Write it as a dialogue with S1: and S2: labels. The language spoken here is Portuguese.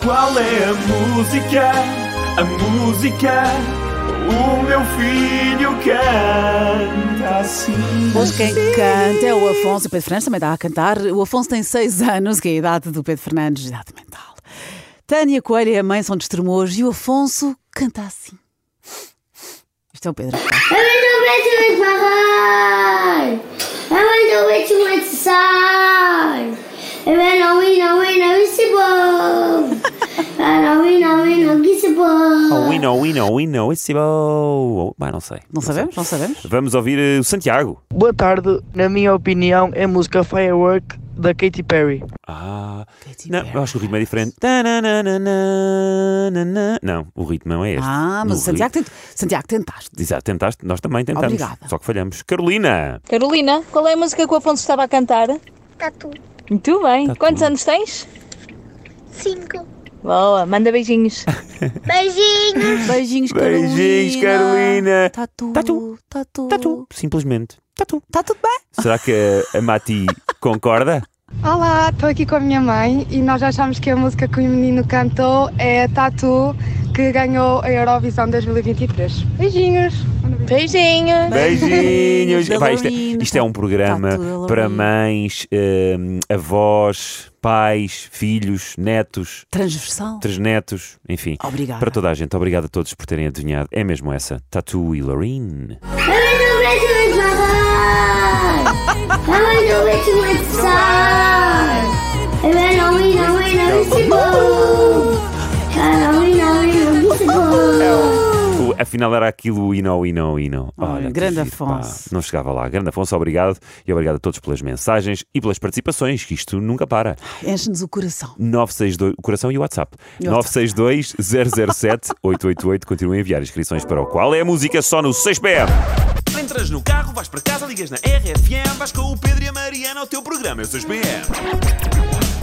S1: Qual é a música? A música? O meu filho canta assim.
S2: Pois quem canta é o Afonso. O Pedro Fernandes também está a cantar. O Afonso tem 6 anos, que é a idade do Pedro Fernandes, idade mental. Tânia Coelho e a mãe são de Estremoz e o Afonso canta assim. Isto é o Pedro.
S3: Ela não mete mais barrar. Ela não mete mais sai. Ela não me não me não se bom. Ela não me não me não que se
S4: Oh,
S3: bom.
S4: we know, we know, we know, it's Ibo. Bah, não sei.
S2: Não sabemos? Não sabemos?
S4: Vamos ouvir eh, o Santiago.
S5: Boa tarde, na minha opinião é a música Firework da Katy Perry.
S4: Ah,
S2: Katy
S4: não,
S2: Perry.
S4: eu acho que o ritmo é diferente. Tananana. Não, o ritmo não é este.
S2: Ah, mas
S4: O
S2: o Santiago, tent... Santiago tentaste.
S4: rit- Exato, tentaste, nós também tentamos.
S2: Obrigada.
S4: Só que falhamos. Carolina,
S6: Carolina, qual é a música que o Afonso estava a cantar?
S7: Tatu
S6: Muito bem.
S4: Tatu.
S6: Quantos anos tens?
S7: 5.
S6: Boa, manda beijinhos.
S7: Beijinho.
S2: Beijinhos, Carolina.
S4: Beijinhos, Carolina.
S2: Está tudo.
S4: Tá tudo.
S2: Está tudo.
S4: está tu, simplesmente. Está tu.
S2: Tá tudo bem?
S4: Será que a, a Mati concorda?
S8: Olá, estou aqui com a minha mãe e nós achamos que a música que o menino cantou é a Tatu, que ganhou a Eurovisão 2023. Beijinhos!
S6: Beijinhos.
S4: Beijinhos.
S2: Beijinhos,
S4: Vai, isto, é,
S2: Halloween.
S4: isto é um programa
S2: Tá tudo
S4: para
S2: Halloween.
S4: mães, eh, avós, pais, filhos, netos,
S2: Transversal.
S4: três netos, enfim.
S2: Obrigada.
S4: Tá Para toda a gente, obrigado a todos por terem adivinhado. É mesmo essa. Tatu e Lorraine.
S3: Ela não mete mais barrar. Ela não mete mais sai. Ela não me não me não se bom. Ela não me não me não se bom.
S4: O- afinal era aquilo e não, e não, e não.
S2: Olha,
S4: que
S2: grande
S4: giro, pá.
S2: Afonso.
S4: Não chegava lá. Grande Afonso, obrigado. E obrigado a todos pelas mensagens e pelas participações, que isto nunca para.
S2: Enche-nos o coração.
S4: 962, o coração e o WhatsApp.
S2: E o WhatsApp.
S4: 962-007-888. Continuem a enviar inscrições para o qual é a música só no 6PM.
S1: Entras no carro, é vais para casa, ligas na RFM, vais com o Pedro e a Mariana ao teu programa. Eu sou os BM.